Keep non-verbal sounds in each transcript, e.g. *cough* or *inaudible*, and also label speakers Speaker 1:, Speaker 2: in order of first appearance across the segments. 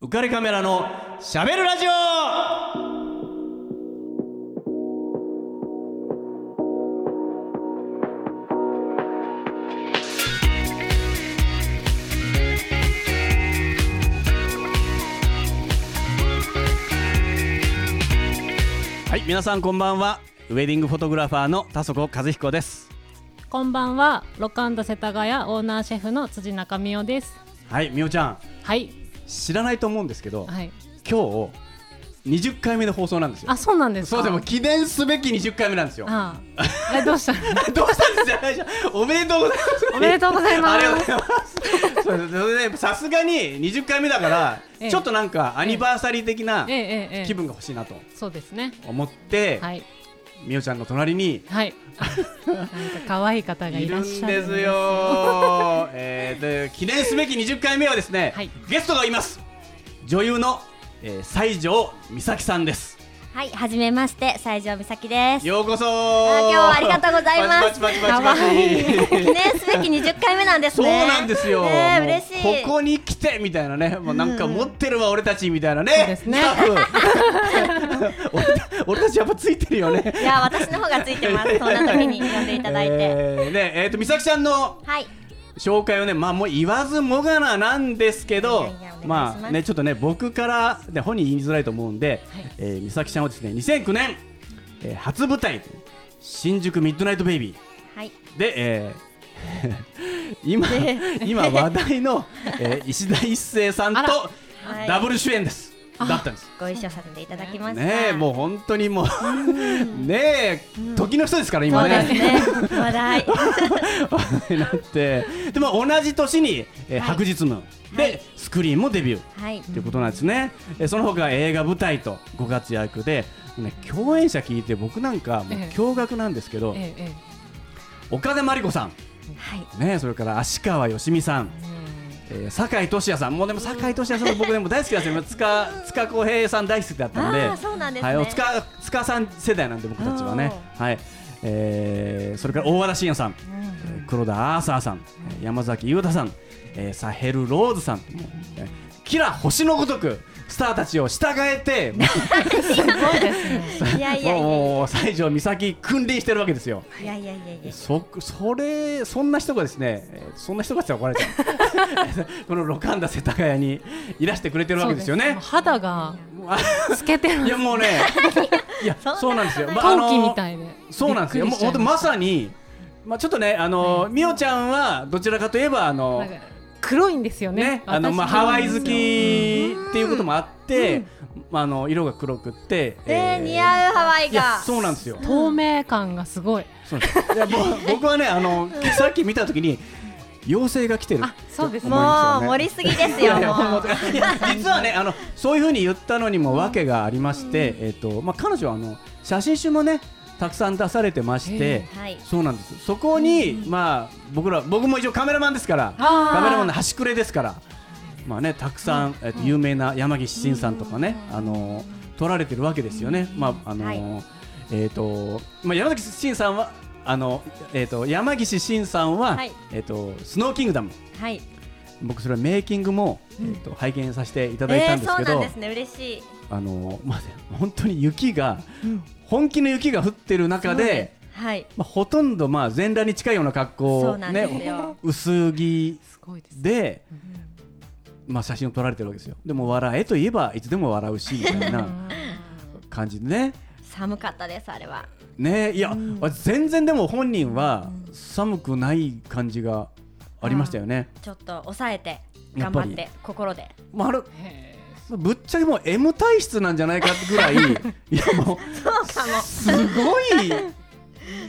Speaker 1: 浮かれカメラのしゃべるラジオはい皆さんこんばんはウェディングフォトグラファーの田底和彦です
Speaker 2: こんばんは、ロカンド世田谷オーナーシェフの辻中美代です。
Speaker 1: はいみおちゃん
Speaker 2: はい、
Speaker 1: 知らないと思うんですけど、
Speaker 2: はい、
Speaker 1: 今日20回目の放送なんですよ
Speaker 2: あ、そうなんですか。
Speaker 1: そうでも記念すべき20回目なんですよ
Speaker 2: ああ、え、どうしたの。
Speaker 1: *laughs*
Speaker 2: *laughs*
Speaker 1: どうしたんですか会社おめでとうございます。
Speaker 2: おめでとうございます
Speaker 1: ありがとうございます。そうですそれでさすがに20回目だから、
Speaker 2: ええ
Speaker 1: ちょっとなんかアニバーサリー的な
Speaker 2: ええ、ええ、え
Speaker 1: 気
Speaker 2: え、
Speaker 1: 分が欲しいなと
Speaker 2: そうですね。
Speaker 1: 思って、
Speaker 2: はい、
Speaker 1: みおちゃんの隣に
Speaker 2: はい。 *laughs* なんか可愛い方が
Speaker 1: い
Speaker 2: い
Speaker 1: る
Speaker 2: ら
Speaker 1: ん
Speaker 2: っ
Speaker 1: で
Speaker 2: し
Speaker 1: す
Speaker 2: ゃるんです。 *laughs*
Speaker 1: よ。えーで記念すべき20回目はですね、
Speaker 2: はい
Speaker 1: ゲストがいます。女優の、えー、西条美咲さんです。
Speaker 3: はい、はじめまして、西条美咲です。
Speaker 1: ようこそ
Speaker 3: 今日はありがとうございます
Speaker 1: パチパチパチパチパチ
Speaker 3: 記念すべき20回目なんです
Speaker 1: そう
Speaker 3: ね。
Speaker 1: なんですよ。
Speaker 3: ねえ
Speaker 1: もう
Speaker 3: 嬉しい。
Speaker 1: ここに来てみたいなね、もうなんか持ってるわ、俺たちみたいなね。そう
Speaker 2: ですね
Speaker 3: *laughs*
Speaker 1: 俺た俺たちやっぱついてるよね。
Speaker 3: いや、私の方がつい
Speaker 1: *laughs*
Speaker 3: てます。そんな時に呼んでいただいて。
Speaker 1: えーねえーと美咲ちゃんの
Speaker 3: はい、
Speaker 1: 紹介をね、まあもう言わずもがななんですけど、
Speaker 3: いやいやお願いします
Speaker 1: まあねちょっとね僕からね本人言いづらいと思うんで、
Speaker 2: はい
Speaker 1: えー美咲ちゃんはですね2009年、えー初舞台新宿ミッドナイトベイビー
Speaker 3: はい、
Speaker 1: で、えー *laughs* 今今話題の、えー石田一生さんと
Speaker 2: あら
Speaker 3: はい
Speaker 1: ダブル主演です、だったんです
Speaker 3: ご一緒させていただきました。
Speaker 1: ねえもう本当にもう *laughs* ねえ時の人ですから今
Speaker 3: そうで
Speaker 1: ね
Speaker 3: すね。話題。
Speaker 1: なってでも同じ年に、えー
Speaker 3: はい
Speaker 1: 白日夢で、
Speaker 3: はい
Speaker 1: スクリーンもデビュー
Speaker 3: はい
Speaker 1: と、いうことなんですね、えーその他映画舞台とご活躍で、ね、共演者聞いて僕なんかもう
Speaker 2: ええ
Speaker 1: 驚愕なんですけど、
Speaker 2: ええ、え
Speaker 1: 岡田真理子さん
Speaker 3: はい。
Speaker 1: ねそれから芦川よしみさん
Speaker 2: え、
Speaker 1: えー、酒井俊也さん、もうでも酒井俊也さんも僕でも大好きなんですよ、塚塚浩平さん大好きだったんで、
Speaker 3: ああ、そうなんです
Speaker 1: は
Speaker 3: ね。
Speaker 1: い、お塚塚さん世代なんで僕たちはね、はい、えーそれから大和田伸也さん、えー黒田アーサーさん、えー山崎裕太さん、えーサヘルローズさん、もうえーキラ星のごとくスターたちを従えて、も
Speaker 2: うんすごいですね。
Speaker 3: いやいうや
Speaker 1: *laughs*
Speaker 3: いや
Speaker 1: もう西条美咲君臨してるわけですよ。
Speaker 3: いやいやいやいや。
Speaker 1: そそれそんな人がですねえーそんな人がって言ったら怒られちゃ
Speaker 2: *laughs*
Speaker 1: うこのロカンダ世田谷にいらしてくれてるわけですよ
Speaker 2: そう
Speaker 1: ね
Speaker 2: もう。肌が
Speaker 1: あ
Speaker 2: 透けて
Speaker 1: *laughs*
Speaker 2: る。
Speaker 1: いやもう
Speaker 2: *laughs*
Speaker 1: ねいやそうなんですよ。まあ
Speaker 2: 陶器み
Speaker 1: あ
Speaker 2: た
Speaker 1: の
Speaker 2: いで。
Speaker 1: そうなんですよ。
Speaker 2: び
Speaker 1: も
Speaker 2: っ
Speaker 1: う本当
Speaker 2: くりしちゃい
Speaker 1: ま
Speaker 2: した
Speaker 1: さにまあちょっとねあのみおちゃんはどちらかといえばあの
Speaker 2: なんか黒いんですよ
Speaker 1: ね
Speaker 2: ね。
Speaker 1: あのまあ
Speaker 2: 私黒
Speaker 1: ハワ
Speaker 2: い
Speaker 1: イ
Speaker 2: ん
Speaker 1: 好きっ
Speaker 2: です
Speaker 1: て
Speaker 2: よ
Speaker 1: いうこともあって、まああの色が黒くって
Speaker 3: えー、似合うハワイ
Speaker 1: いや
Speaker 3: が。
Speaker 1: そうなんですよ。
Speaker 2: 透明感がすごい。
Speaker 1: そうなんですいやぼ僕はねあのさっき見たときに妖精が来てる。
Speaker 2: あ、そうですね。
Speaker 3: もう、盛りすぎですよ。
Speaker 1: いや
Speaker 3: も
Speaker 1: 本
Speaker 3: う
Speaker 1: 当いや実はねあのそういう風に言ったのにも訳がありまして、えっ、とまあ彼女はあの写真集もねたくさん出されてまして、
Speaker 2: へ
Speaker 3: はい。
Speaker 1: そうなんですそこに、まあ僕ら僕も一応カメラマンですから
Speaker 2: あー
Speaker 1: カメラマンの端くれですからまあねたくさん、えっと有名な山岸真さんとかね、あの撮られてるわけですよね、まああの
Speaker 3: はい
Speaker 1: えっ、とまあ山崎真さんはあのえっ、と山岸真さんは、
Speaker 3: はい
Speaker 1: えっ、とスノーキングダム
Speaker 3: はい。
Speaker 1: 僕それはメイキングも、えっと拝見させていただい
Speaker 3: え
Speaker 1: たん
Speaker 3: ー、
Speaker 1: です
Speaker 3: そう
Speaker 1: け
Speaker 3: なん
Speaker 1: ど、
Speaker 3: ですね。嬉しい。
Speaker 1: あのまあ本当に雪が、本気の雪が降ってる中で、
Speaker 3: はい。
Speaker 1: まあ、ほとんどまあ全裸に近いような格好
Speaker 3: そ
Speaker 1: を
Speaker 3: うなんです
Speaker 1: ね
Speaker 3: よ。
Speaker 1: 薄着
Speaker 2: すごいです。
Speaker 1: で、まあ、写真を撮られてるわけですよでも笑えといえばいつでも笑うしみたいな感じでね
Speaker 3: 寒かったです、あれは。
Speaker 1: ねいや、あ全然でも本人は寒くない感じがありましたよね、
Speaker 3: ちょっと抑えて
Speaker 1: やっ
Speaker 3: 頑
Speaker 1: ぱ
Speaker 3: 張
Speaker 1: り
Speaker 3: って心で
Speaker 1: まあ、あれ
Speaker 2: へー
Speaker 1: ぶっちゃけもう M 体質なんじゃないかぐ
Speaker 3: *laughs*
Speaker 1: らいいやも
Speaker 3: そうかも
Speaker 1: うすごい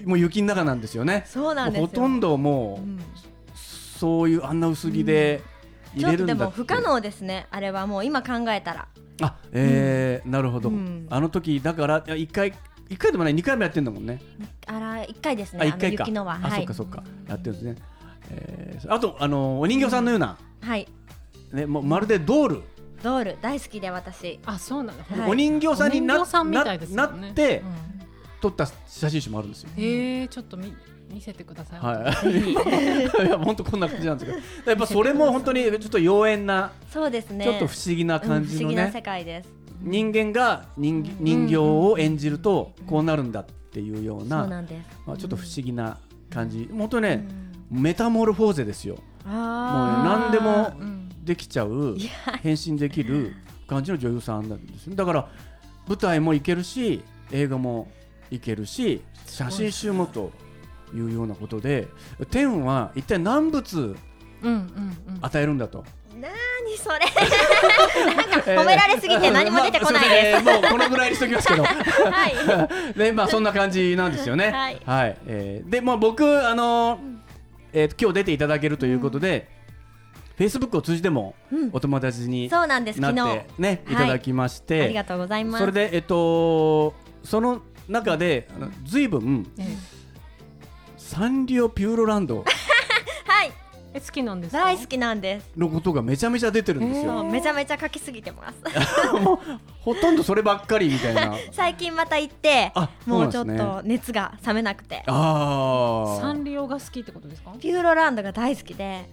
Speaker 1: もう雪の中なんですよね
Speaker 3: そうなんです
Speaker 1: ほ
Speaker 3: よ
Speaker 1: とんどもう、
Speaker 2: うん
Speaker 1: そういうあんな薄着で入
Speaker 3: ちょ
Speaker 1: れ
Speaker 3: っ
Speaker 1: る
Speaker 3: と
Speaker 1: んだ
Speaker 3: で
Speaker 1: って
Speaker 3: も不可能ですねあれはもう今考えたら
Speaker 1: あえーなるほど、
Speaker 2: うん
Speaker 1: あの時だからいや一回一回でもない二回もやってんだもんね
Speaker 3: あら一回ですね
Speaker 1: あ一回
Speaker 3: あの
Speaker 1: か
Speaker 3: 雪のは
Speaker 1: あ
Speaker 3: は
Speaker 1: そっ
Speaker 3: い
Speaker 1: かそっかやってるんですね、えーあとあのお人形さんのような、
Speaker 3: はい
Speaker 1: ねもうまるでドール、
Speaker 3: ドール大好きで私
Speaker 2: あ、そうなの。
Speaker 3: はい
Speaker 1: お人形さんに
Speaker 2: お人
Speaker 1: な
Speaker 2: 形さんみたいですよ
Speaker 1: な
Speaker 2: ね。
Speaker 1: なって
Speaker 2: うん
Speaker 1: 撮った写真集もあるんですよ
Speaker 2: えー、ちょっとみ見せてくださ
Speaker 1: *laughs*
Speaker 2: い。
Speaker 1: はい、いや本当こんな感じなんですけどやっぱそれも本当にちょっと妖艶な、
Speaker 3: そうですね
Speaker 1: ちょっと不思議な感じ
Speaker 3: うん不
Speaker 1: の
Speaker 3: 思議
Speaker 1: ね
Speaker 3: な世界です
Speaker 1: 人間が人人形を演じるとこうなるんだっていうよう
Speaker 3: そ
Speaker 1: な,、
Speaker 3: うなんです
Speaker 1: まあ、ちょっと不思議な感じ本当ね、メタモルフォーゼですよ
Speaker 2: あ
Speaker 1: も
Speaker 2: ー
Speaker 1: う *laughs* 何でも
Speaker 2: うん
Speaker 1: できちゃう変身できる感じの女優さんなんですねだから舞台もいけるし映画もいけるし写真集もというようなことで天は一体何物
Speaker 2: うんうんうん。
Speaker 1: 与えるんだと。
Speaker 3: なーにそれ *laughs* 褒められすぎて何も出てこないで
Speaker 1: *laughs*
Speaker 3: す
Speaker 1: まあすいませんえーもうこのぐらいにしとき
Speaker 3: *laughs*
Speaker 1: ますけど。
Speaker 3: はい
Speaker 1: でまあそんな感じなんですよね。
Speaker 3: はい
Speaker 1: えーでまあ僕あのーえーと今日出ていただけるということで、Facebook を通じても
Speaker 3: うん
Speaker 1: お友達に
Speaker 3: そうなんです
Speaker 1: な
Speaker 3: 昨日
Speaker 1: ってね
Speaker 3: はい
Speaker 1: いただきまし
Speaker 3: あり
Speaker 1: て
Speaker 3: が、とうございます
Speaker 1: それでえっとその中であの随分
Speaker 2: え
Speaker 1: サンリオピューロランド
Speaker 3: はい
Speaker 2: え好きなんですか。
Speaker 3: 大好きなんです
Speaker 1: のことがめちゃめちゃ出てるんです
Speaker 3: *laughs* そう
Speaker 1: よ。
Speaker 3: めちゃめちゃ書きすぎてます
Speaker 1: もうほとんどそればっかりみたいな。
Speaker 3: *laughs* 最近また行って
Speaker 1: あそうな
Speaker 3: も
Speaker 1: ん
Speaker 3: う
Speaker 1: で
Speaker 3: ちょ
Speaker 1: す
Speaker 3: っ
Speaker 1: ね
Speaker 3: と熱が冷めなくて
Speaker 1: ああ。
Speaker 2: サンリオが好きってことですか。
Speaker 3: ピューロランドが大好きで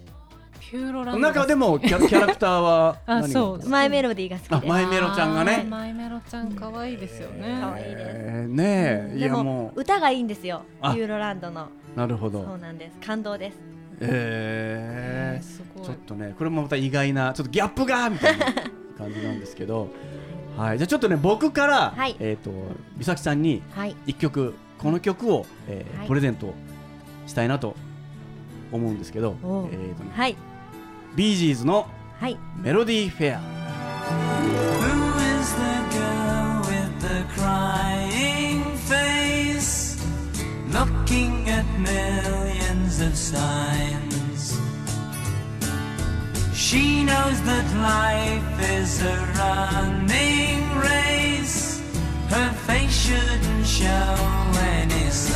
Speaker 2: ピューロランドが好き。
Speaker 1: 中でもキャキャラクター
Speaker 3: *laughs*
Speaker 1: は
Speaker 2: あ
Speaker 1: 何
Speaker 2: そう
Speaker 3: マイメロディーが好
Speaker 1: あ
Speaker 3: きです
Speaker 1: マイメロちゃんが
Speaker 2: あー
Speaker 1: ね
Speaker 2: マイメロちゃん可愛いですよね。
Speaker 3: 可愛いです
Speaker 1: えーねえい
Speaker 3: で
Speaker 1: や
Speaker 3: も
Speaker 1: も
Speaker 3: 歌がいいんですよ
Speaker 1: あ
Speaker 3: ピューロランドの
Speaker 1: うなるほ
Speaker 3: そう
Speaker 1: ど
Speaker 3: なんです感動です
Speaker 1: え
Speaker 2: す
Speaker 1: ー
Speaker 2: ごい
Speaker 1: ちょっ。とねこれもまた意外なちょっとギャップがみたいな感じなんですけどはいじゃあちょっとね僕から、
Speaker 3: はい
Speaker 1: えっ、と美咲さんに
Speaker 3: はい
Speaker 1: 一曲この曲を、えー
Speaker 3: はい
Speaker 1: プレゼントしたいなと思うんですけど、え
Speaker 3: おう
Speaker 1: ーとね
Speaker 3: はい
Speaker 1: ビージーズの
Speaker 3: はい
Speaker 1: メロディーフェア
Speaker 4: Who is the girl with the crying face? Looking at millions of signs. She knows that life is a running race. Her face shouldn't show any signs.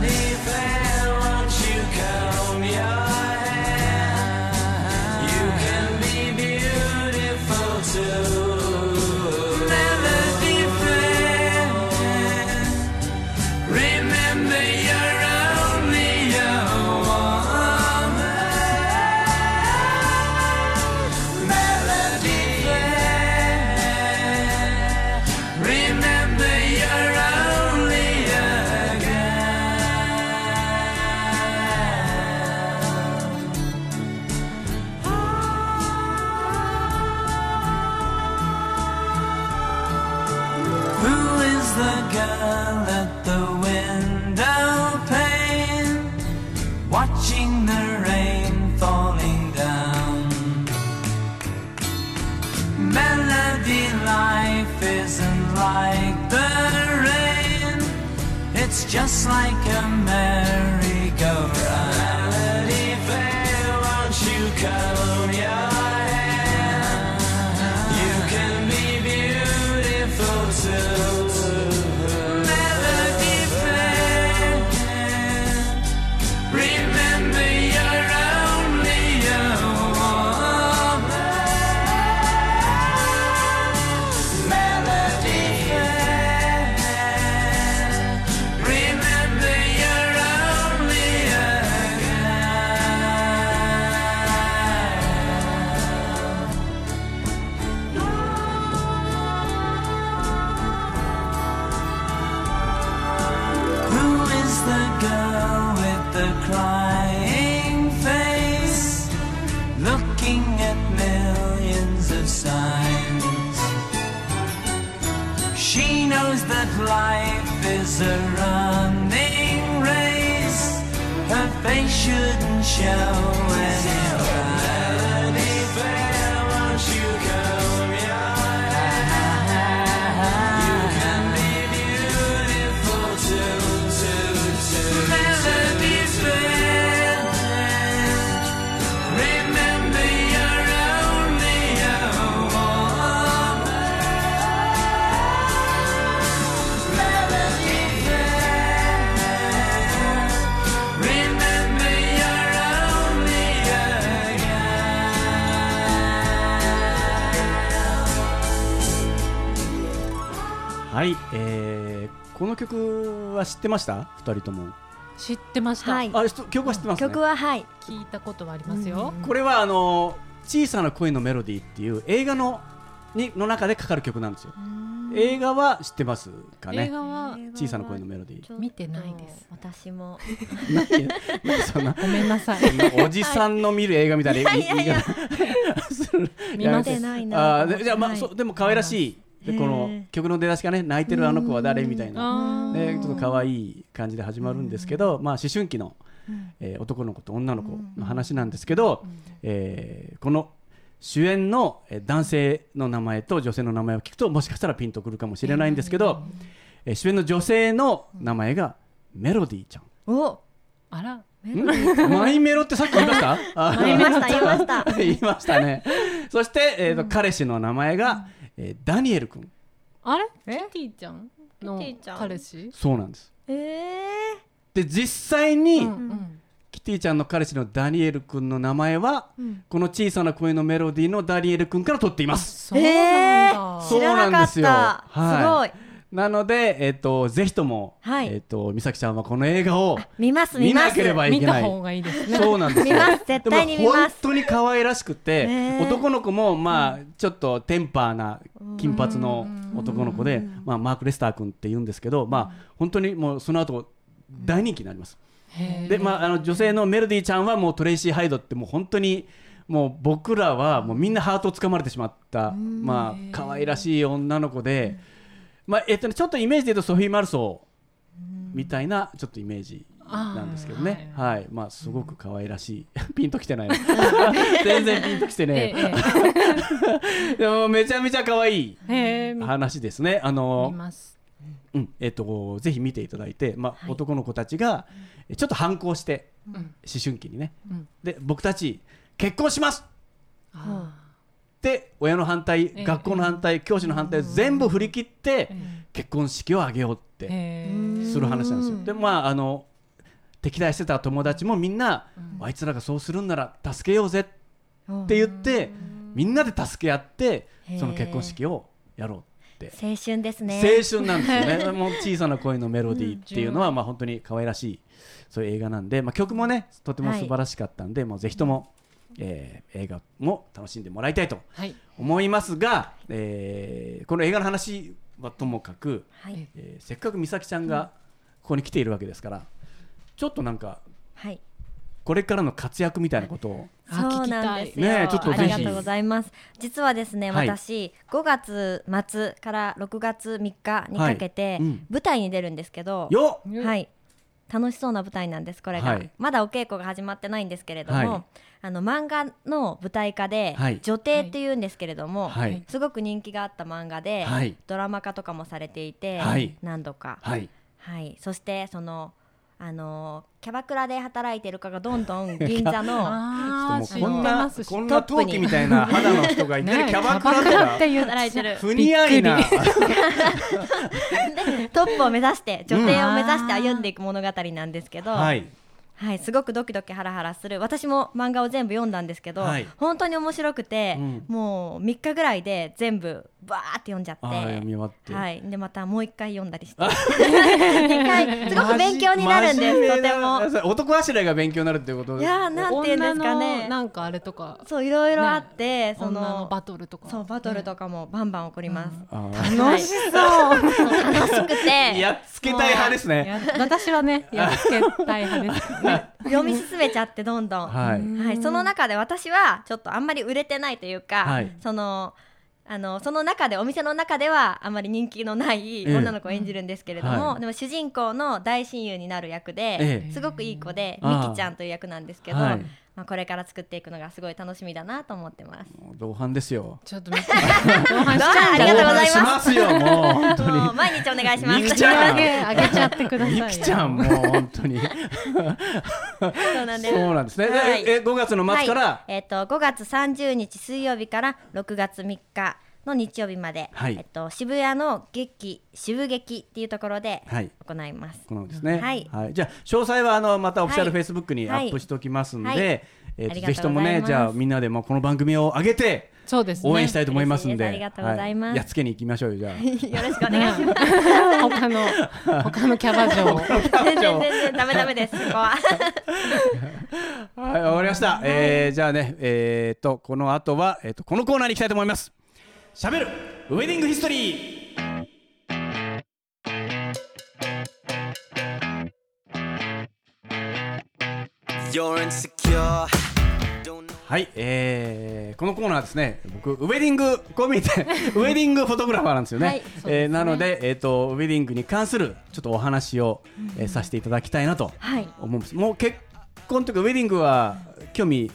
Speaker 4: Melody, fair, won't you comb your hair? You can be beautiful too. Melody, fair, remember you're only a woman. Melody, fair. Remember you're only a girl Who is the girl at the window pane? Watching the rain falling down Melody life isn't like the rain. It's just like a merry-go-round. Melody fair, won't you comb your hair? You can be beautiful too. Melody fair, remember you're only a woman. Melody fair, remember you're only a girl. Who is the girl with the crying face? Looking at millions of signs. She knows that life is a running race. Her face shouldn't show any Melody fair, won't you comb your hair? You can be beautiful too, too, too. Melody fair, remember you're only a woman. Melody fair, remember you're only a girl.
Speaker 1: はい、えーこの曲は知ってました二人とも
Speaker 2: 知ってました、
Speaker 3: はい
Speaker 1: あし曲は知ってますね
Speaker 3: 曲ははい
Speaker 2: 聞いたことはありますよ、
Speaker 1: これはあの小さな恋のメロディーっていう映画のにの中でかかる曲なんですよ映画は知ってますか
Speaker 2: 映
Speaker 1: ね
Speaker 2: 画は
Speaker 1: 小さな恋のメロディ
Speaker 3: ちょっと
Speaker 2: 見てないです
Speaker 3: 私も
Speaker 1: ーなんでなんでそんな
Speaker 2: ごめんなさい
Speaker 1: なんかおじさんの見る映画みたいな言い言い方する
Speaker 2: 見ませ
Speaker 1: やめて
Speaker 2: ん
Speaker 3: ない
Speaker 1: あ
Speaker 3: な
Speaker 1: ーでじゃあま
Speaker 3: は
Speaker 1: あ
Speaker 3: い
Speaker 1: そうでも可愛らしいで
Speaker 3: へー
Speaker 1: この曲の出だしがね泣いてるあの子は誰みたいな
Speaker 2: あー
Speaker 1: ねちょっと可愛い感じで始まるんですけどまあ思春期のえー男の子と女の子の話なんですけどえーこの主演のえー男性の名前と女性の名前を聞くともしかしたらピンとくるかもしれないんですけどえー主演の女性の名前がメロディーちゃん。
Speaker 3: お
Speaker 2: *laughs* あら
Speaker 3: メロディー
Speaker 1: んマイメロってさっき言いま
Speaker 3: *laughs*
Speaker 1: したあー
Speaker 3: 言いました言いまし
Speaker 1: *laughs*
Speaker 3: た
Speaker 1: 言いましたね。そして、えーと彼氏の名前が、えーダニエル君。
Speaker 2: あれ
Speaker 3: え
Speaker 2: キティちゃんの
Speaker 3: キティちゃん
Speaker 2: 彼氏
Speaker 1: そうなんです。
Speaker 3: ええ
Speaker 1: で実際に、
Speaker 2: うんうん
Speaker 1: キティちゃんの彼氏のダニエル君の名前は、この小さな声のメロディーのダニエル君から取っています。
Speaker 2: そうなんだ、
Speaker 1: ー
Speaker 3: 知
Speaker 1: そうな
Speaker 3: らなかっ
Speaker 1: ん
Speaker 3: た
Speaker 1: です
Speaker 3: す
Speaker 1: よは
Speaker 3: ご
Speaker 1: い
Speaker 3: い
Speaker 1: なのでえっ、とぜひとも、
Speaker 3: はい
Speaker 1: えっ、と美咲ちゃんはこの映画を
Speaker 3: 見ます
Speaker 1: 見
Speaker 3: 見ま
Speaker 1: な
Speaker 3: す
Speaker 1: ければい
Speaker 2: 見
Speaker 1: けな
Speaker 2: た
Speaker 1: い。
Speaker 2: 方がいいですね
Speaker 1: そうなんですよ。
Speaker 3: 見ます絶対に見ます
Speaker 1: でも本当に可愛らしくて、
Speaker 3: ねえ
Speaker 1: 男の子もまあちょっとテンパーな金髪の男の子で、まあマークレスター君って言うんですけど、まあ本当にもうその後大人気になります。
Speaker 2: へー
Speaker 1: で、まああの女性のメロディーちゃんはもうトレイシーハイドってもう本当に。もう僕らはもうみんなハートをつかまれてしまった、まあ可愛らしい女の子で、まあえっとね、ちょっとイメージで言うとソフィー・マルソーみたいなちょっとイメージなんですけどね、はいまあ、すごく可愛らしい、 *laughs* ピンときてないな全然ピンときて
Speaker 2: え
Speaker 1: ね
Speaker 2: え
Speaker 1: え、 *laughs* でもめちゃめちゃ可愛い
Speaker 2: ええへ
Speaker 1: *laughs*
Speaker 2: え見
Speaker 1: 話ですね、あ
Speaker 2: 見
Speaker 1: の
Speaker 2: ます
Speaker 1: うんえっとぜひ見ていただいて、まあ、男の子たちがちょっと反抗して、思春期にね、
Speaker 2: うん
Speaker 1: で僕たち、結婚します
Speaker 2: あ
Speaker 1: って親の反対、
Speaker 2: ええ
Speaker 1: 学校の反対、教師の反対、全部振り切って、結婚式を挙げようって。
Speaker 2: ーへえ
Speaker 1: する話なんですよ。でまああの敵対してた友達もみんな、あいつらがそうするんなら助けようぜって言って、みんなで助け合って
Speaker 3: へー
Speaker 1: その結婚式をやろうって、
Speaker 3: 青春ですね
Speaker 1: 青春なんです
Speaker 2: *laughs*
Speaker 1: よねもう小さな恋のメロディーっていうのは、まあ、本当に可愛らしいそういう映画なんで、まあ、曲もねとても素晴らしかったんで、もうぜひとも、えー映画も楽しんでもらいたいと
Speaker 2: はい
Speaker 1: 思いますが、えーこの映画の話はともかく、
Speaker 3: はい
Speaker 1: えーせっかく美咲ちゃんがここに来ているわけですから、ちょっとなんか
Speaker 3: はい
Speaker 1: これからの活躍みたいなことを
Speaker 2: あ
Speaker 3: そうなんですよ。
Speaker 1: ねえちょっとぜひ
Speaker 3: ありがとうございます。実はですね、
Speaker 1: はい
Speaker 3: 私5月末から6月3日にかけ
Speaker 1: はい
Speaker 3: て
Speaker 1: うん
Speaker 3: 舞台に出るんですけど、
Speaker 1: よっ
Speaker 3: はい、楽しそうな舞台なんですこれが、
Speaker 1: はい
Speaker 3: まだお稽古が始まってないんですけれども、
Speaker 1: はい
Speaker 3: あの漫画の舞台化で、
Speaker 1: はい
Speaker 3: 女帝っていうんですけれども、
Speaker 1: はい
Speaker 3: すごく人気があった漫画で、
Speaker 1: はい
Speaker 3: ドラマ化とかもされていて、
Speaker 1: はい
Speaker 3: 何度か、
Speaker 1: はい
Speaker 3: はい、そしてそのあのキャバクラで働いてる子がど
Speaker 1: *laughs*
Speaker 3: んどん銀座の
Speaker 2: ああ
Speaker 1: もう
Speaker 2: 知って
Speaker 1: こんな
Speaker 2: ますし
Speaker 1: こんな陶器みたいな肌の人がいて、
Speaker 2: ね
Speaker 1: キャバクラとか
Speaker 2: って言っ
Speaker 3: 働いてる
Speaker 1: 不似合いな
Speaker 3: トップを目指して女帝を目指して歩んでいく物語なんですけど、
Speaker 1: は
Speaker 3: はい
Speaker 1: い
Speaker 3: すごくドキドキハラハラする私も漫画を全部読んだんですけど、
Speaker 1: はい
Speaker 3: 本当に面白くて、
Speaker 1: うん
Speaker 3: もう3日ぐらいで全部バーって読んじゃっ
Speaker 1: あー読み終
Speaker 3: て。
Speaker 1: わって、
Speaker 3: はい、でまたもう一回読んだ
Speaker 1: *laughs*
Speaker 3: りして一回 *laughs* すごく勉強になるんですとても
Speaker 1: も男柱が勉強になるってこと
Speaker 3: いやーなんていうんですか
Speaker 2: 女の
Speaker 3: ね
Speaker 2: なんかあれとか
Speaker 3: そういろいろあって、そ
Speaker 2: 女の
Speaker 3: の
Speaker 2: バトルとか
Speaker 3: そうバトルとかもバンバン起こります、
Speaker 1: あ
Speaker 3: 楽しそう楽しく
Speaker 1: ー
Speaker 3: て
Speaker 1: やっつけ *laughs* たい派ですね
Speaker 2: や私はねやっつけたい派ですね
Speaker 3: 読み進めちゃってどんどん、
Speaker 1: は
Speaker 3: はいいその中で私はちょっとあんまり売れてないというか、
Speaker 1: はい
Speaker 3: そのあのその中でお店の中ではあんまり人気のない
Speaker 1: ええ
Speaker 3: 女の子を演じるんですけれども、
Speaker 1: はい
Speaker 3: でも主人公の大親友になる役で、
Speaker 1: ええ
Speaker 3: すごくいい子で
Speaker 1: ああ
Speaker 3: ミキちゃんという役なんですけど、
Speaker 1: はい
Speaker 3: まあ、これから作っていくのがすごい楽しみだなと思ってます。
Speaker 1: もう同伴ですよ
Speaker 2: ちょっと見て同伴しちゃうん
Speaker 3: ありがとうご
Speaker 2: だ
Speaker 3: ざ
Speaker 1: 同伴
Speaker 3: いま
Speaker 1: しますよもう本当
Speaker 3: *laughs*
Speaker 1: に
Speaker 3: もう毎日お願いします。
Speaker 1: ミキちゃん
Speaker 2: あげあげちゃってください
Speaker 1: み
Speaker 2: よ
Speaker 1: きちゃんもう本当に
Speaker 3: そうなんです。
Speaker 1: そうなんですね、で
Speaker 3: はい
Speaker 1: え5月の末から、
Speaker 3: はい、えっ、と5月30日水曜日から6月3日の日曜日まで、
Speaker 1: はい
Speaker 3: えっと渋谷の劇渋劇っていうところで
Speaker 1: はい
Speaker 3: 行
Speaker 1: *laughs*
Speaker 3: います。
Speaker 1: このですね、
Speaker 3: はい
Speaker 1: じゃあ詳細はあのまたオフィシャルフ
Speaker 3: は
Speaker 1: ェ
Speaker 3: い
Speaker 1: イスブックにアップしておきますんで、
Speaker 3: はい
Speaker 1: えー
Speaker 3: あ
Speaker 1: と
Speaker 3: りがとうございま
Speaker 1: ぜ
Speaker 3: す
Speaker 1: ひともねじゃあみんなでもうこの番組を上げて
Speaker 2: そうですね
Speaker 1: 応援したいと思いますんで、
Speaker 3: 嬉しいですありがとうございます
Speaker 1: はやっつけに行きましょうよじゃあ
Speaker 3: よろしくお願いします。
Speaker 2: 他の他のキャバ嬢を
Speaker 3: 全然全然ダメダ
Speaker 1: *laughs*
Speaker 3: メです。そこは。
Speaker 1: はい、わかりました。えーじゃあね、えー、っと、この後は、えーっと、このコーナーに行きたいと思います。しゃべるウェディングヒストリー。
Speaker 4: You're insecure. Don't know.
Speaker 1: はい、えー、このコーナーはですね、僕、ウェディング、こう *laughs* 見て、ウェディングフォトグラファーなんですよね。
Speaker 3: はい
Speaker 1: えーなので、えーっと、ウェディングに関する、ちょっとお話を、えーさせていただきたいなと
Speaker 3: はい。
Speaker 1: 思うんです。もう結婚というか、ウェディングは興味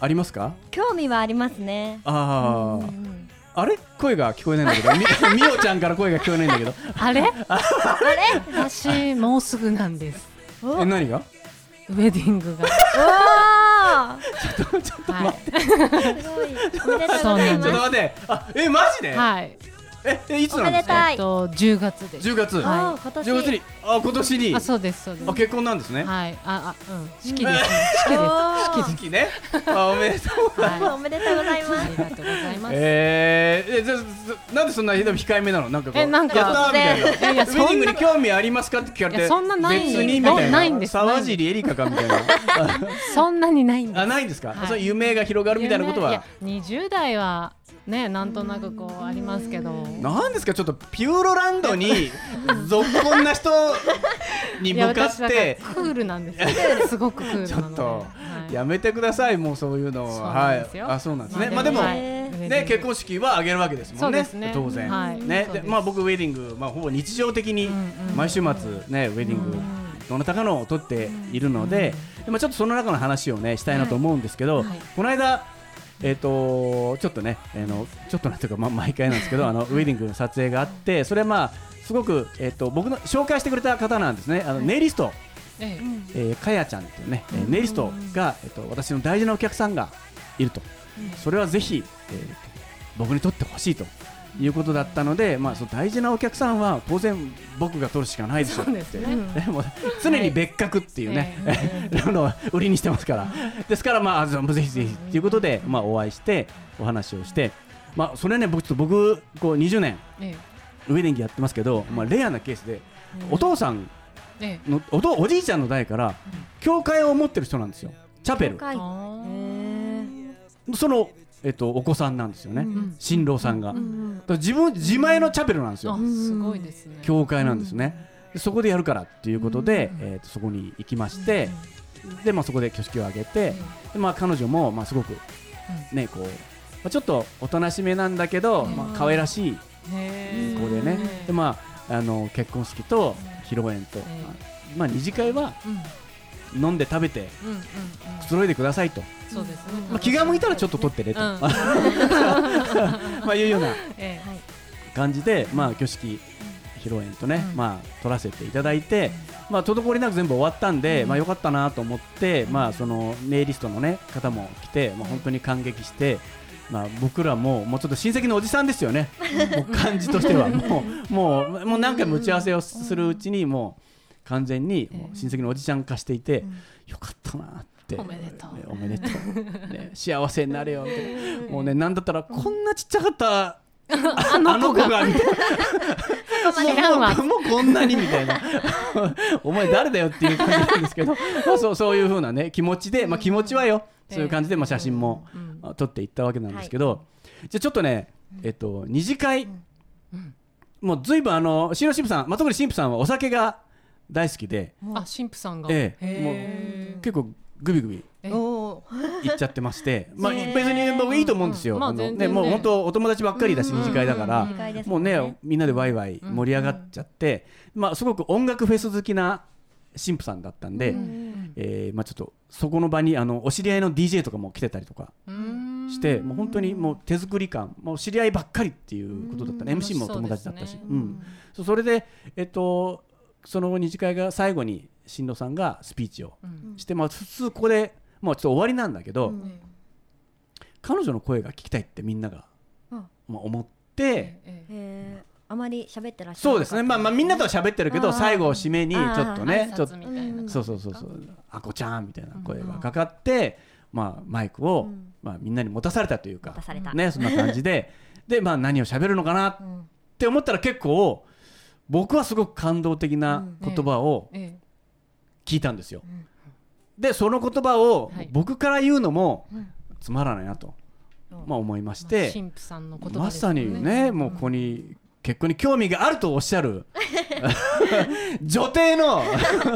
Speaker 1: ありますか
Speaker 3: 興味はありますね。
Speaker 1: ああ、
Speaker 3: うん
Speaker 1: あれ声が聞こえないんだけど、みみおちゃんから声が聞こえないんだ *laughs* けど、
Speaker 2: あれあれ私もうすぐなんです
Speaker 1: え、何が
Speaker 2: ウェディン
Speaker 1: *laughs*
Speaker 2: グが
Speaker 3: お
Speaker 2: は
Speaker 3: お。すごい。おめでとう
Speaker 2: そう
Speaker 3: ござ
Speaker 2: ないん
Speaker 1: ち
Speaker 3: ま
Speaker 1: ょっと。待
Speaker 3: す
Speaker 1: って、あ、え、マジで、
Speaker 2: い、はい、
Speaker 1: え、え、いつ
Speaker 3: お
Speaker 1: な
Speaker 3: め
Speaker 1: んで
Speaker 3: です
Speaker 1: か。
Speaker 3: た
Speaker 2: えっ
Speaker 3: い。
Speaker 2: と10月です
Speaker 1: 10月、
Speaker 2: は
Speaker 3: おー今年。
Speaker 1: 10月に、あ、今年に、
Speaker 2: あそうですそうです
Speaker 1: あ、結婚なんですね。
Speaker 2: はいああうん
Speaker 1: *laughs*
Speaker 2: 式です、ね、式
Speaker 3: お
Speaker 2: です
Speaker 3: ー
Speaker 1: 好きね、あ、おめでとう。
Speaker 2: *laughs* はい
Speaker 3: おめでとうございま
Speaker 2: あ
Speaker 3: す
Speaker 2: り。がとうございます、
Speaker 1: えー、え、じゃ、ずなんでそんなでも控えめなの、なんかこう、
Speaker 2: えなんか
Speaker 1: やったーみたいな。ウ
Speaker 2: いやいや
Speaker 1: ェ
Speaker 2: そん
Speaker 1: デ
Speaker 2: な
Speaker 1: ィングに興味ありますかって聞かれ
Speaker 2: い
Speaker 1: て、
Speaker 2: やそんなない
Speaker 1: 別にみたいな、
Speaker 2: ないんです
Speaker 1: 沢尻エリカかみたいな、
Speaker 2: そんなにないんです
Speaker 1: あ、ないんですか、
Speaker 2: はい
Speaker 1: それ夢が広がるみたいなこと
Speaker 2: いや
Speaker 1: は。
Speaker 2: 20代はねなんとなくこうありますけど
Speaker 1: なんですかちょっとピューロランド
Speaker 2: *laughs*
Speaker 1: にぞっこんな人に
Speaker 2: いや
Speaker 1: 向かっ
Speaker 2: 私だから
Speaker 1: て
Speaker 2: クールなんです
Speaker 1: *laughs*
Speaker 2: よすごくクールなの
Speaker 1: ち
Speaker 2: で
Speaker 1: ょっと
Speaker 2: はい
Speaker 1: やめてくださいもうそういうの
Speaker 2: そう
Speaker 1: はは
Speaker 2: なん
Speaker 1: い
Speaker 2: ですよ
Speaker 1: あそうなんですね
Speaker 2: まあ
Speaker 1: まあでも
Speaker 2: はい
Speaker 1: ね結婚式はあげるわけですもん
Speaker 2: そう
Speaker 1: ね
Speaker 2: ですね
Speaker 1: 当然
Speaker 2: はい
Speaker 1: ね
Speaker 2: そう
Speaker 1: で
Speaker 2: です
Speaker 1: まあ僕ウェディングまあほぼ日常的に
Speaker 2: うんうん
Speaker 1: 毎週末ねウェディングどなたかのを撮っているのででまあちょっとその中の話をねしたいなと思うんですけど
Speaker 2: はいはい
Speaker 1: この間えっとちょっとね、えーのちょっとなんていうか、まあ、毎回なんですけ
Speaker 2: *laughs*
Speaker 1: どあのウェディングの撮影があってそれはまあすごく、えっと僕の紹介してくれた方なんですねあのネイリスト
Speaker 2: え
Speaker 1: えー、かやちゃんっていうね、えーネイリストが、えっと私の大事なお客さんがいると、それはぜひ、えー僕にとってほしいということだったので、まあ、その大事なお客さんは当然僕が取るしかないでしょって
Speaker 2: そうですね
Speaker 1: ねもう常に別格っていうね、あの売りにしてますからですから、まあ、ぜひぜひということで、まあ、お会いしてお話をして、まあ、それね僕ちょっと僕こう20年
Speaker 2: ええ
Speaker 1: ウェディングやってますけど、まあ、レアなケースで、お父さん
Speaker 2: ええ
Speaker 1: のおとおじいちゃんの代から教会を持ってる人なんですよチャペル
Speaker 3: はい
Speaker 2: あー
Speaker 1: その、えっと、お子さんなんですよね、
Speaker 2: ん
Speaker 1: 新郎さんが、だか
Speaker 3: ん
Speaker 1: ら自分自前のチャペルなんですよ
Speaker 2: あすごいですね
Speaker 1: 教会なんですね、でそこでやるからっていうことで、えっとそこに行きまして、で、まあ、そこで挙式を挙げて、でまあ、彼女も、まあ、すごくねこう、まあ、ちょっとおとなしめなんだけど、まあ可愛らしい
Speaker 2: へー
Speaker 1: ここでね、でまあ、あの結婚式と披露宴と、まあ、二次会は
Speaker 2: うん
Speaker 1: 飲んで食べて
Speaker 2: うんうんうん
Speaker 1: くつろいでくださいと、
Speaker 2: そうですね
Speaker 1: まあ、気が向いたらちょっと取ってねと、
Speaker 2: うん
Speaker 1: *laughs* まあいうような
Speaker 2: ええ
Speaker 1: 感じで、まあ、挙式披露宴とね、
Speaker 2: うん
Speaker 1: まあ、取らせていただいて、まあ、滞りなく全部終わったんで、まあ、よかったなと思って、まあ、そのネイリストの、ね、方も来て、まあ、本当に感激して、まあ、僕らももうちょっと親戚のおじさんですよ
Speaker 2: *laughs*
Speaker 1: ね、もう感じとしてはもうもうもう何回も打ち合わせをするうちにもう完全にもう親戚のおじちゃん化していて、よかったなって。
Speaker 2: おめでとう
Speaker 1: ねおめでとう、ね、幸せになれよみたいなもうねなんだったらこんなちっちゃかったあの子がみたいな
Speaker 2: 知らんわ
Speaker 1: もうもうこんなにみたいな *laughs* お前誰だよっていう感じなんですけ *laughs* ど、まあ、そうそういうふうなね気持ちで、まあ、気持ちはよそういう感じで、まあ、写真も
Speaker 2: うん
Speaker 1: あ撮っていったわけなんですけど、じゃあちょっとねえっと二次会、もうずいぶんあの新郎新婦さん松森新婦さんはお酒が大好きで、
Speaker 2: あ神父さんが
Speaker 1: ええもう
Speaker 2: へー
Speaker 1: 結構グビグビ
Speaker 2: ええ
Speaker 3: お
Speaker 1: 行っちゃってまして、まあ、別
Speaker 3: へー
Speaker 1: に僕いいと思うんですよ、
Speaker 2: うんまあ
Speaker 1: あの
Speaker 2: 全
Speaker 1: ね
Speaker 2: 然ね
Speaker 1: もう本当お友達ばっかりだし、二次会だから、
Speaker 3: 二次会です
Speaker 1: も
Speaker 3: も
Speaker 1: うん
Speaker 3: ね
Speaker 1: ねみんなでワイワイ盛り上がっちゃって、まあ、すごく音楽フェス好きな神父さんだったんで、えーまあ、ちょっとそこの場にあのお知り合いの DJ とかも来てたりとか
Speaker 2: うん
Speaker 1: して、もう本当にもう手作り感もう知り合いばっかりっていうことだったね、
Speaker 2: うん
Speaker 1: MC も友達だったし、
Speaker 2: 楽しそうです
Speaker 1: う
Speaker 2: ね
Speaker 1: ん、そうそれで、えっと、その二次会が最後に新郎さんがスピーチをして、まあ、普通ここでもうちょっと終わりなんだけど、
Speaker 3: ん
Speaker 1: 彼女の声が聞きたいってみんなが、
Speaker 3: うん
Speaker 1: まあ、思って。
Speaker 2: ええ
Speaker 3: えーあまり喋ってらっしゃ
Speaker 1: そう
Speaker 3: らなか
Speaker 1: で
Speaker 3: った
Speaker 1: すね、まあ、まあみんなとは喋ってるけ
Speaker 3: あ
Speaker 1: ど
Speaker 3: ー
Speaker 1: 最後締めにちょっとね
Speaker 2: 挨
Speaker 1: ちょっ
Speaker 2: 拶
Speaker 1: と
Speaker 2: みたいな
Speaker 1: そうそうそうそうあこちゃんみたいな声がかかって、まあ、マイクを、まあ、みんなに持たされたというか
Speaker 3: 持たされた
Speaker 1: ね、そんな感じでで、まあ、何を喋るのかなっ
Speaker 3: うん
Speaker 1: て思ったら結構僕はすごく感動的な言葉を
Speaker 2: ええ
Speaker 1: 聞いたんですよ。でその言葉を
Speaker 2: はい
Speaker 1: 僕から言うのも
Speaker 3: うん
Speaker 1: つまらないなと、
Speaker 3: うん
Speaker 1: まあ、思いまし
Speaker 2: まあ
Speaker 1: て、
Speaker 2: 神父さんの言葉
Speaker 1: ま
Speaker 2: ですよ
Speaker 1: さにねもうここに結婚に興味があるとおっしゃる女帝の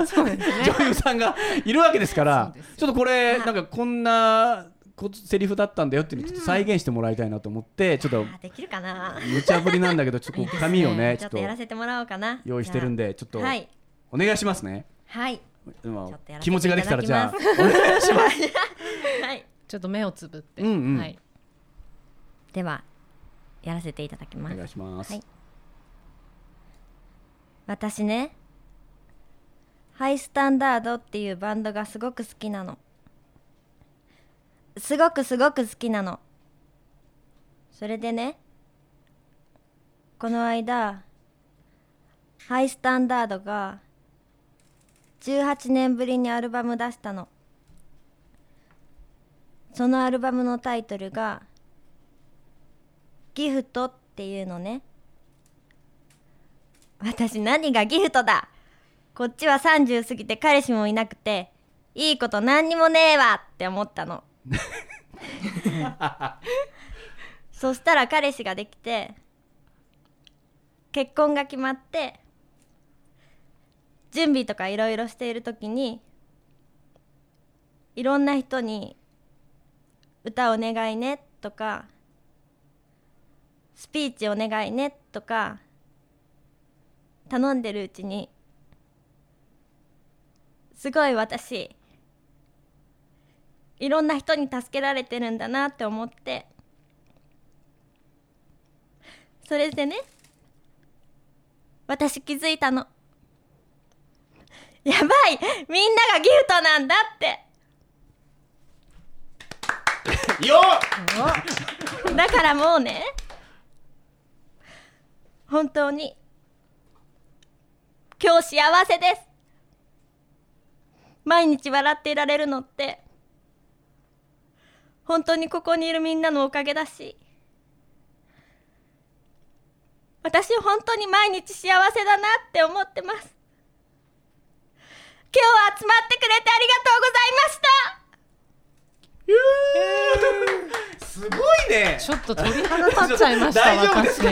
Speaker 2: そうですね
Speaker 1: 女優さんがいるわけですから
Speaker 2: そうです
Speaker 1: ちょっとこれなんかこんなこセリフだったんだよっていうのをちょっと再現してもらいたいなと思ってちょっと
Speaker 3: あーできるかな
Speaker 1: 無茶ぶりなんだけどちょっとこう紙をね
Speaker 3: ち
Speaker 1: ちょ
Speaker 3: ょっ
Speaker 1: っ
Speaker 3: と
Speaker 1: と
Speaker 3: やらせてもらおうかな
Speaker 1: 用意してるん
Speaker 3: で
Speaker 1: でちょっと
Speaker 3: はい
Speaker 1: お願いしますね
Speaker 3: はい
Speaker 1: まあ
Speaker 3: ちょっとやらせていただきます
Speaker 1: 気持ちができたらじゃあお願いします
Speaker 3: はい
Speaker 2: ちょっと目をつぶって、
Speaker 1: うんうん
Speaker 2: はい、
Speaker 3: ではやらせていただきま
Speaker 1: お
Speaker 3: す
Speaker 1: 願いします
Speaker 3: はい私ねハイスタンダードっていうバンドがすごく好きなのすごくすごく好きなのそれでねこの間ハイスタンダードが18年ぶりにアルバム出したのそのアルバムのタイトルが「ギフト」っていうのね私何がギフトだこっちは30過ぎて彼氏もいなくていいこと何にもねえわって思ったのそしたら彼氏ができて結婚が決まって準備とかいろいろしている時にいろんな人に「歌お願いね」とか「スピーチお願いね」とか頼んでるうちにすごい私いろんな人に助けられてるんだなって思ってそれでね私気づいたのやばいみんながギフトなんだって
Speaker 1: よ
Speaker 3: だからもうね本当に今日幸せです毎日笑っていられるのって本当にここにいるみんなのおかげだし私本当に毎日幸せだなって思ってます今日は集まってくれてありがとうございました
Speaker 1: っ *laughs* すごいね
Speaker 2: ちょっと鳥肌立っちゃいました
Speaker 1: 大丈夫ですか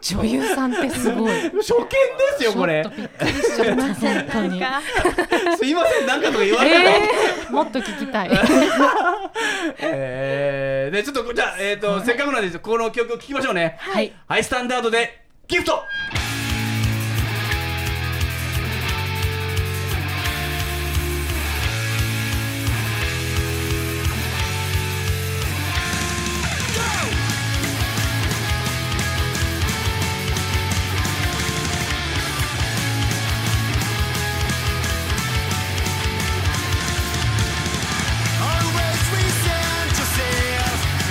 Speaker 2: 私女優さんってすごい
Speaker 1: 初見ですよこれ
Speaker 2: ちょっとびっくりしちゃった本当に
Speaker 3: なんか
Speaker 1: すいませんなんかとか言われたら
Speaker 2: えー、もっと聞きたい
Speaker 1: えーでちょっとじゃあえっとせっかくなんでこの曲を聴きましょうね
Speaker 2: はい
Speaker 1: ハイスタンダードでギフト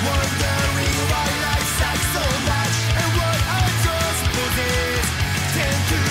Speaker 5: Wondering why life sucks so much and what I just possess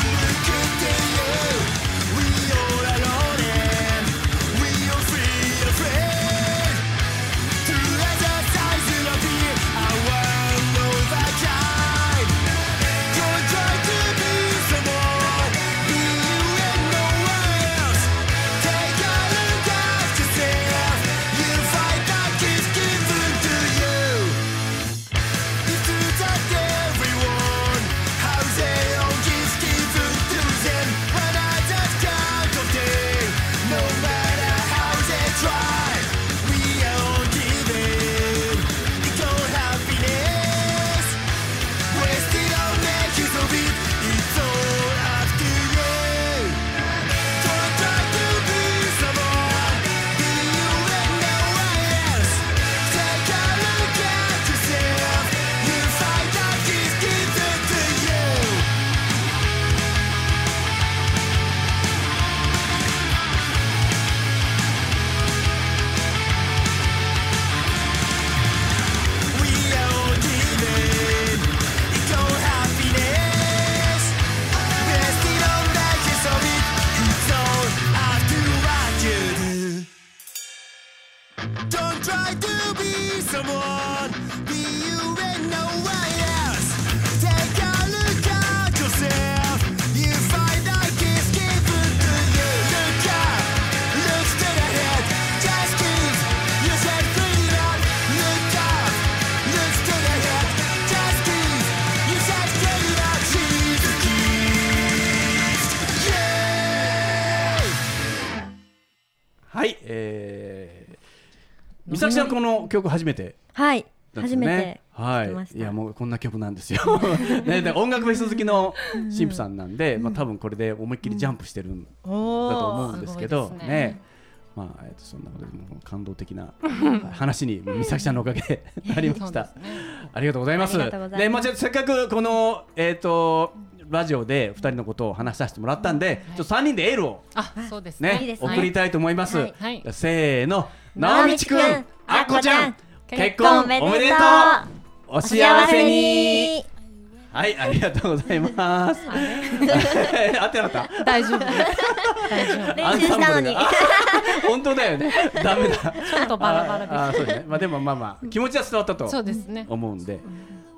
Speaker 1: はい、えー、美咲さんこの曲初めて
Speaker 3: はい、
Speaker 1: なんです
Speaker 3: 初
Speaker 1: よね、
Speaker 3: めて聞き
Speaker 1: は
Speaker 3: ま
Speaker 1: い
Speaker 3: し
Speaker 1: い
Speaker 3: た、
Speaker 1: やもうこんな曲なんですよねで音楽フェス好きの神父さんなんで、まあ多分これで思いっきりジャンプしてるんだ
Speaker 6: おー
Speaker 1: と思うんですけど
Speaker 2: すごい
Speaker 1: ね
Speaker 2: ですね
Speaker 1: まあえっとそんなことでもう感動的な話に美咲さんのおかげでなりました、
Speaker 2: そうですね
Speaker 1: ありがとうございます。
Speaker 3: ありがとうございま
Speaker 1: で、まあ、ちょ
Speaker 3: す
Speaker 1: っとせっかくこの、えっ、と、ラジオで二人のことを話させてもらったんで、ちょっと三人でエールを
Speaker 2: あ、そうです
Speaker 1: ね、
Speaker 2: ね。
Speaker 3: ですね
Speaker 1: 送りたいと思います。
Speaker 3: はい
Speaker 2: はい
Speaker 1: せーの、
Speaker 3: 直
Speaker 1: 直道
Speaker 3: 道く
Speaker 1: く
Speaker 3: ん
Speaker 1: ん、あっこちゃん、
Speaker 2: 結
Speaker 1: 結
Speaker 3: 婚
Speaker 1: 婚お
Speaker 3: おめでとう
Speaker 1: めでとう。お幸せに。はい、ありがとうございます。 *laughs* 合ってなかった。
Speaker 2: 大丈夫です。大丈夫。
Speaker 3: 練習した
Speaker 1: アンサン
Speaker 3: のに
Speaker 1: ブルがあ
Speaker 3: *laughs*
Speaker 1: 本当だよね。ダメだ。
Speaker 2: ちょっとバラバラ
Speaker 1: あーそうですね。まあ、でも、まあまあ、気持ちは伝わったと。
Speaker 2: です。そうですね。
Speaker 1: 思うんで、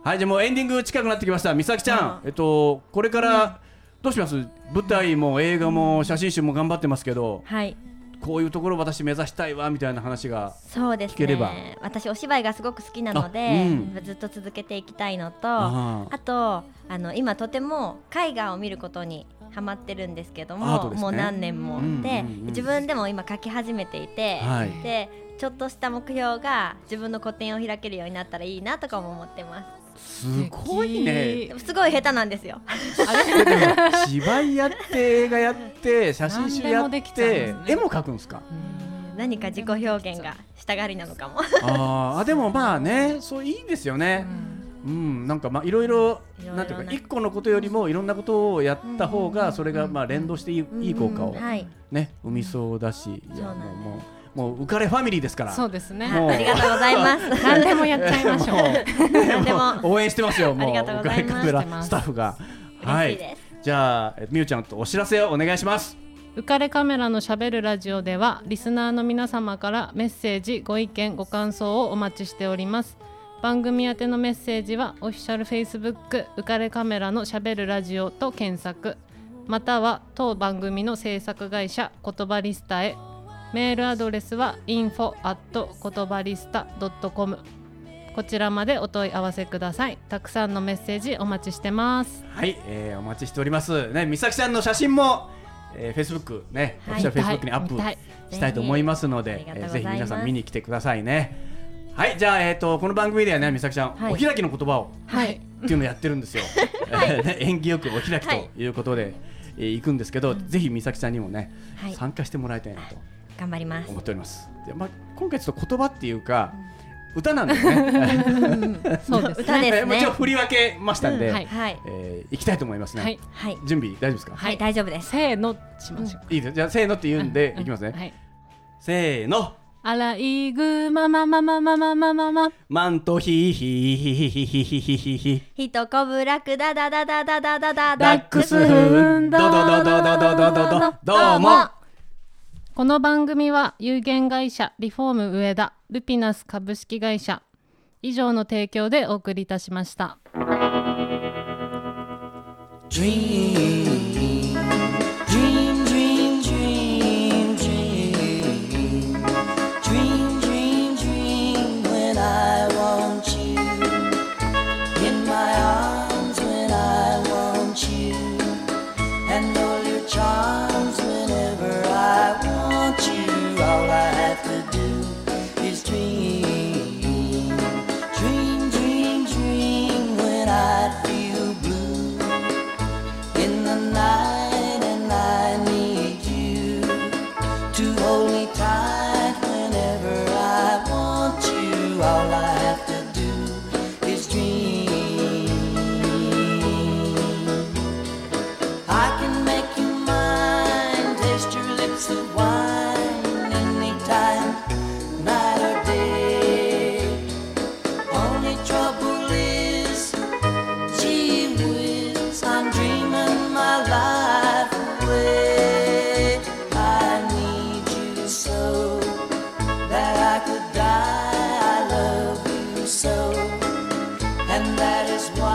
Speaker 1: はいじゃあもうエンディング近くなってきました美咲ちゃん、えっとこれからどうします舞台も映画も写真集も頑張ってますけど
Speaker 3: はい
Speaker 1: こういうところ私目指したいわみたいな話が
Speaker 3: そうです
Speaker 1: 聞ければ
Speaker 3: ね私お芝居がすごく好きなので、
Speaker 1: あうん
Speaker 3: ずっと続けていきたいのと
Speaker 1: あ
Speaker 3: あ
Speaker 1: ー
Speaker 3: とあの今とても絵画を見ることにハマってるんですけど
Speaker 1: アー
Speaker 3: も、
Speaker 1: トですね
Speaker 3: もう何年も、
Speaker 1: うん
Speaker 3: で
Speaker 1: うんうん
Speaker 3: 自分でも今描き始めていて、
Speaker 1: はい
Speaker 3: でちょっとした目標が自分の個展を開けるようになったらいいなとかも思ってます
Speaker 2: す
Speaker 1: ごいね。
Speaker 3: すすごい下手なんですよ
Speaker 1: 芝居やって映画やって写真集やっ
Speaker 2: 何でもできちゃうんで
Speaker 1: て
Speaker 2: すね
Speaker 1: 絵も描くんですか
Speaker 3: *laughs*
Speaker 2: *laughs*
Speaker 3: 何か自己表現がしたがりなのかも
Speaker 1: あーあでもまあねそういいですよねうん、なんかまあいろいろ
Speaker 3: いろいろ
Speaker 1: なんていう
Speaker 3: な
Speaker 1: か一個のことよりもいろんなことをやった方がそれがまあ連動していいいい効果を
Speaker 3: はい
Speaker 1: ね、生みそうだし、いや
Speaker 3: そうなんです
Speaker 1: もうもうもう浮かれファミリーですから。 *laughs*
Speaker 2: そうですね。
Speaker 1: もう
Speaker 3: ありがとうございます
Speaker 2: 何でもやっちゃいましょう。
Speaker 1: ね
Speaker 3: でも
Speaker 1: も *laughs* う応援してますよ。もう
Speaker 3: ありがとうございま
Speaker 1: 浮
Speaker 3: す
Speaker 1: かれカメラスタッフが。
Speaker 3: 嬉しいです
Speaker 1: じゃあえみゆちゃんとお知らせをお願いします。
Speaker 2: 浮かれカメラのしゃべるラジオではリスナーの皆様からメッセージご意見ご感想をお待ちしております番組宛てのメッセージはオフィシャル Facebook 浮かれカメラのしゃべるラジオと検索または当番組の制作会社言葉リスタへメールアドレスは info at 言葉リスタ .com こちらまでお問い合わせくださいたくさんのメッセージお待ちしてます
Speaker 1: はい、えー、お待ちしております。ね、美咲さんの写真も、えー、Facebook ね、
Speaker 3: はい
Speaker 1: オフィシャル Facebook にアップ
Speaker 2: 見たい
Speaker 1: したいと思いますので、
Speaker 3: ぜひ
Speaker 1: えー
Speaker 3: ありがとうござ
Speaker 1: ぜ
Speaker 3: い
Speaker 1: ひ
Speaker 3: ます
Speaker 1: 皆さん見に来てくださいね。はい、じゃあえっ、とこの番組ではね、美咲ちゃん、
Speaker 3: はい
Speaker 1: お開きの言葉を
Speaker 2: はい
Speaker 1: っていうのをやってるんですよ。ね縁起よくお開きということで、えー行くんですけど、ぜひ美咲さんにもね、
Speaker 3: はい
Speaker 1: 参加してもらいたいなと
Speaker 3: 頑張ります
Speaker 1: 思っております。でまあ、今回ちょっと言葉っていうか、歌なんですね。
Speaker 2: そうです
Speaker 3: 歌
Speaker 2: ね
Speaker 3: です
Speaker 1: えー
Speaker 3: ね
Speaker 1: 一応振り分けましたんで、
Speaker 2: うんはい
Speaker 3: はい
Speaker 1: えー行きたいと思いますね。
Speaker 2: はい
Speaker 3: はい
Speaker 1: 準備大丈夫ですか。
Speaker 3: はい大丈夫です
Speaker 2: せーのしましょう
Speaker 1: いいです。じゃあせーのって言うんで、いきますね。
Speaker 2: はい。
Speaker 1: せーの。
Speaker 2: アライグマママママママママ。
Speaker 1: マントヒーヒーヒーヒーヒーヒーヒーヒーヒー
Speaker 3: ヒトコブラクダダダダダダダダ
Speaker 1: ダックスフンドドドドドドドドドどうも
Speaker 2: この番組は有限会社リフォーム上田ルピナス株式会社以上の提供でお送りいたしました。
Speaker 7: Dream, dream, dream, dream, dream, dream, dream, dream. When I want you in my arms, when I want you, and all your charms. Whenever I want you, all I have to do is dream, dream, dream, dream. When I feel blue in the night and I need you to hold me tight whenever I want you. All I have to do is dream. I can make you mine, taste your lips of wine anytime, night or day. Only trouble is Gee whiz, I'm dreaming my life away. I need you so that I could die. I love you so, and that is why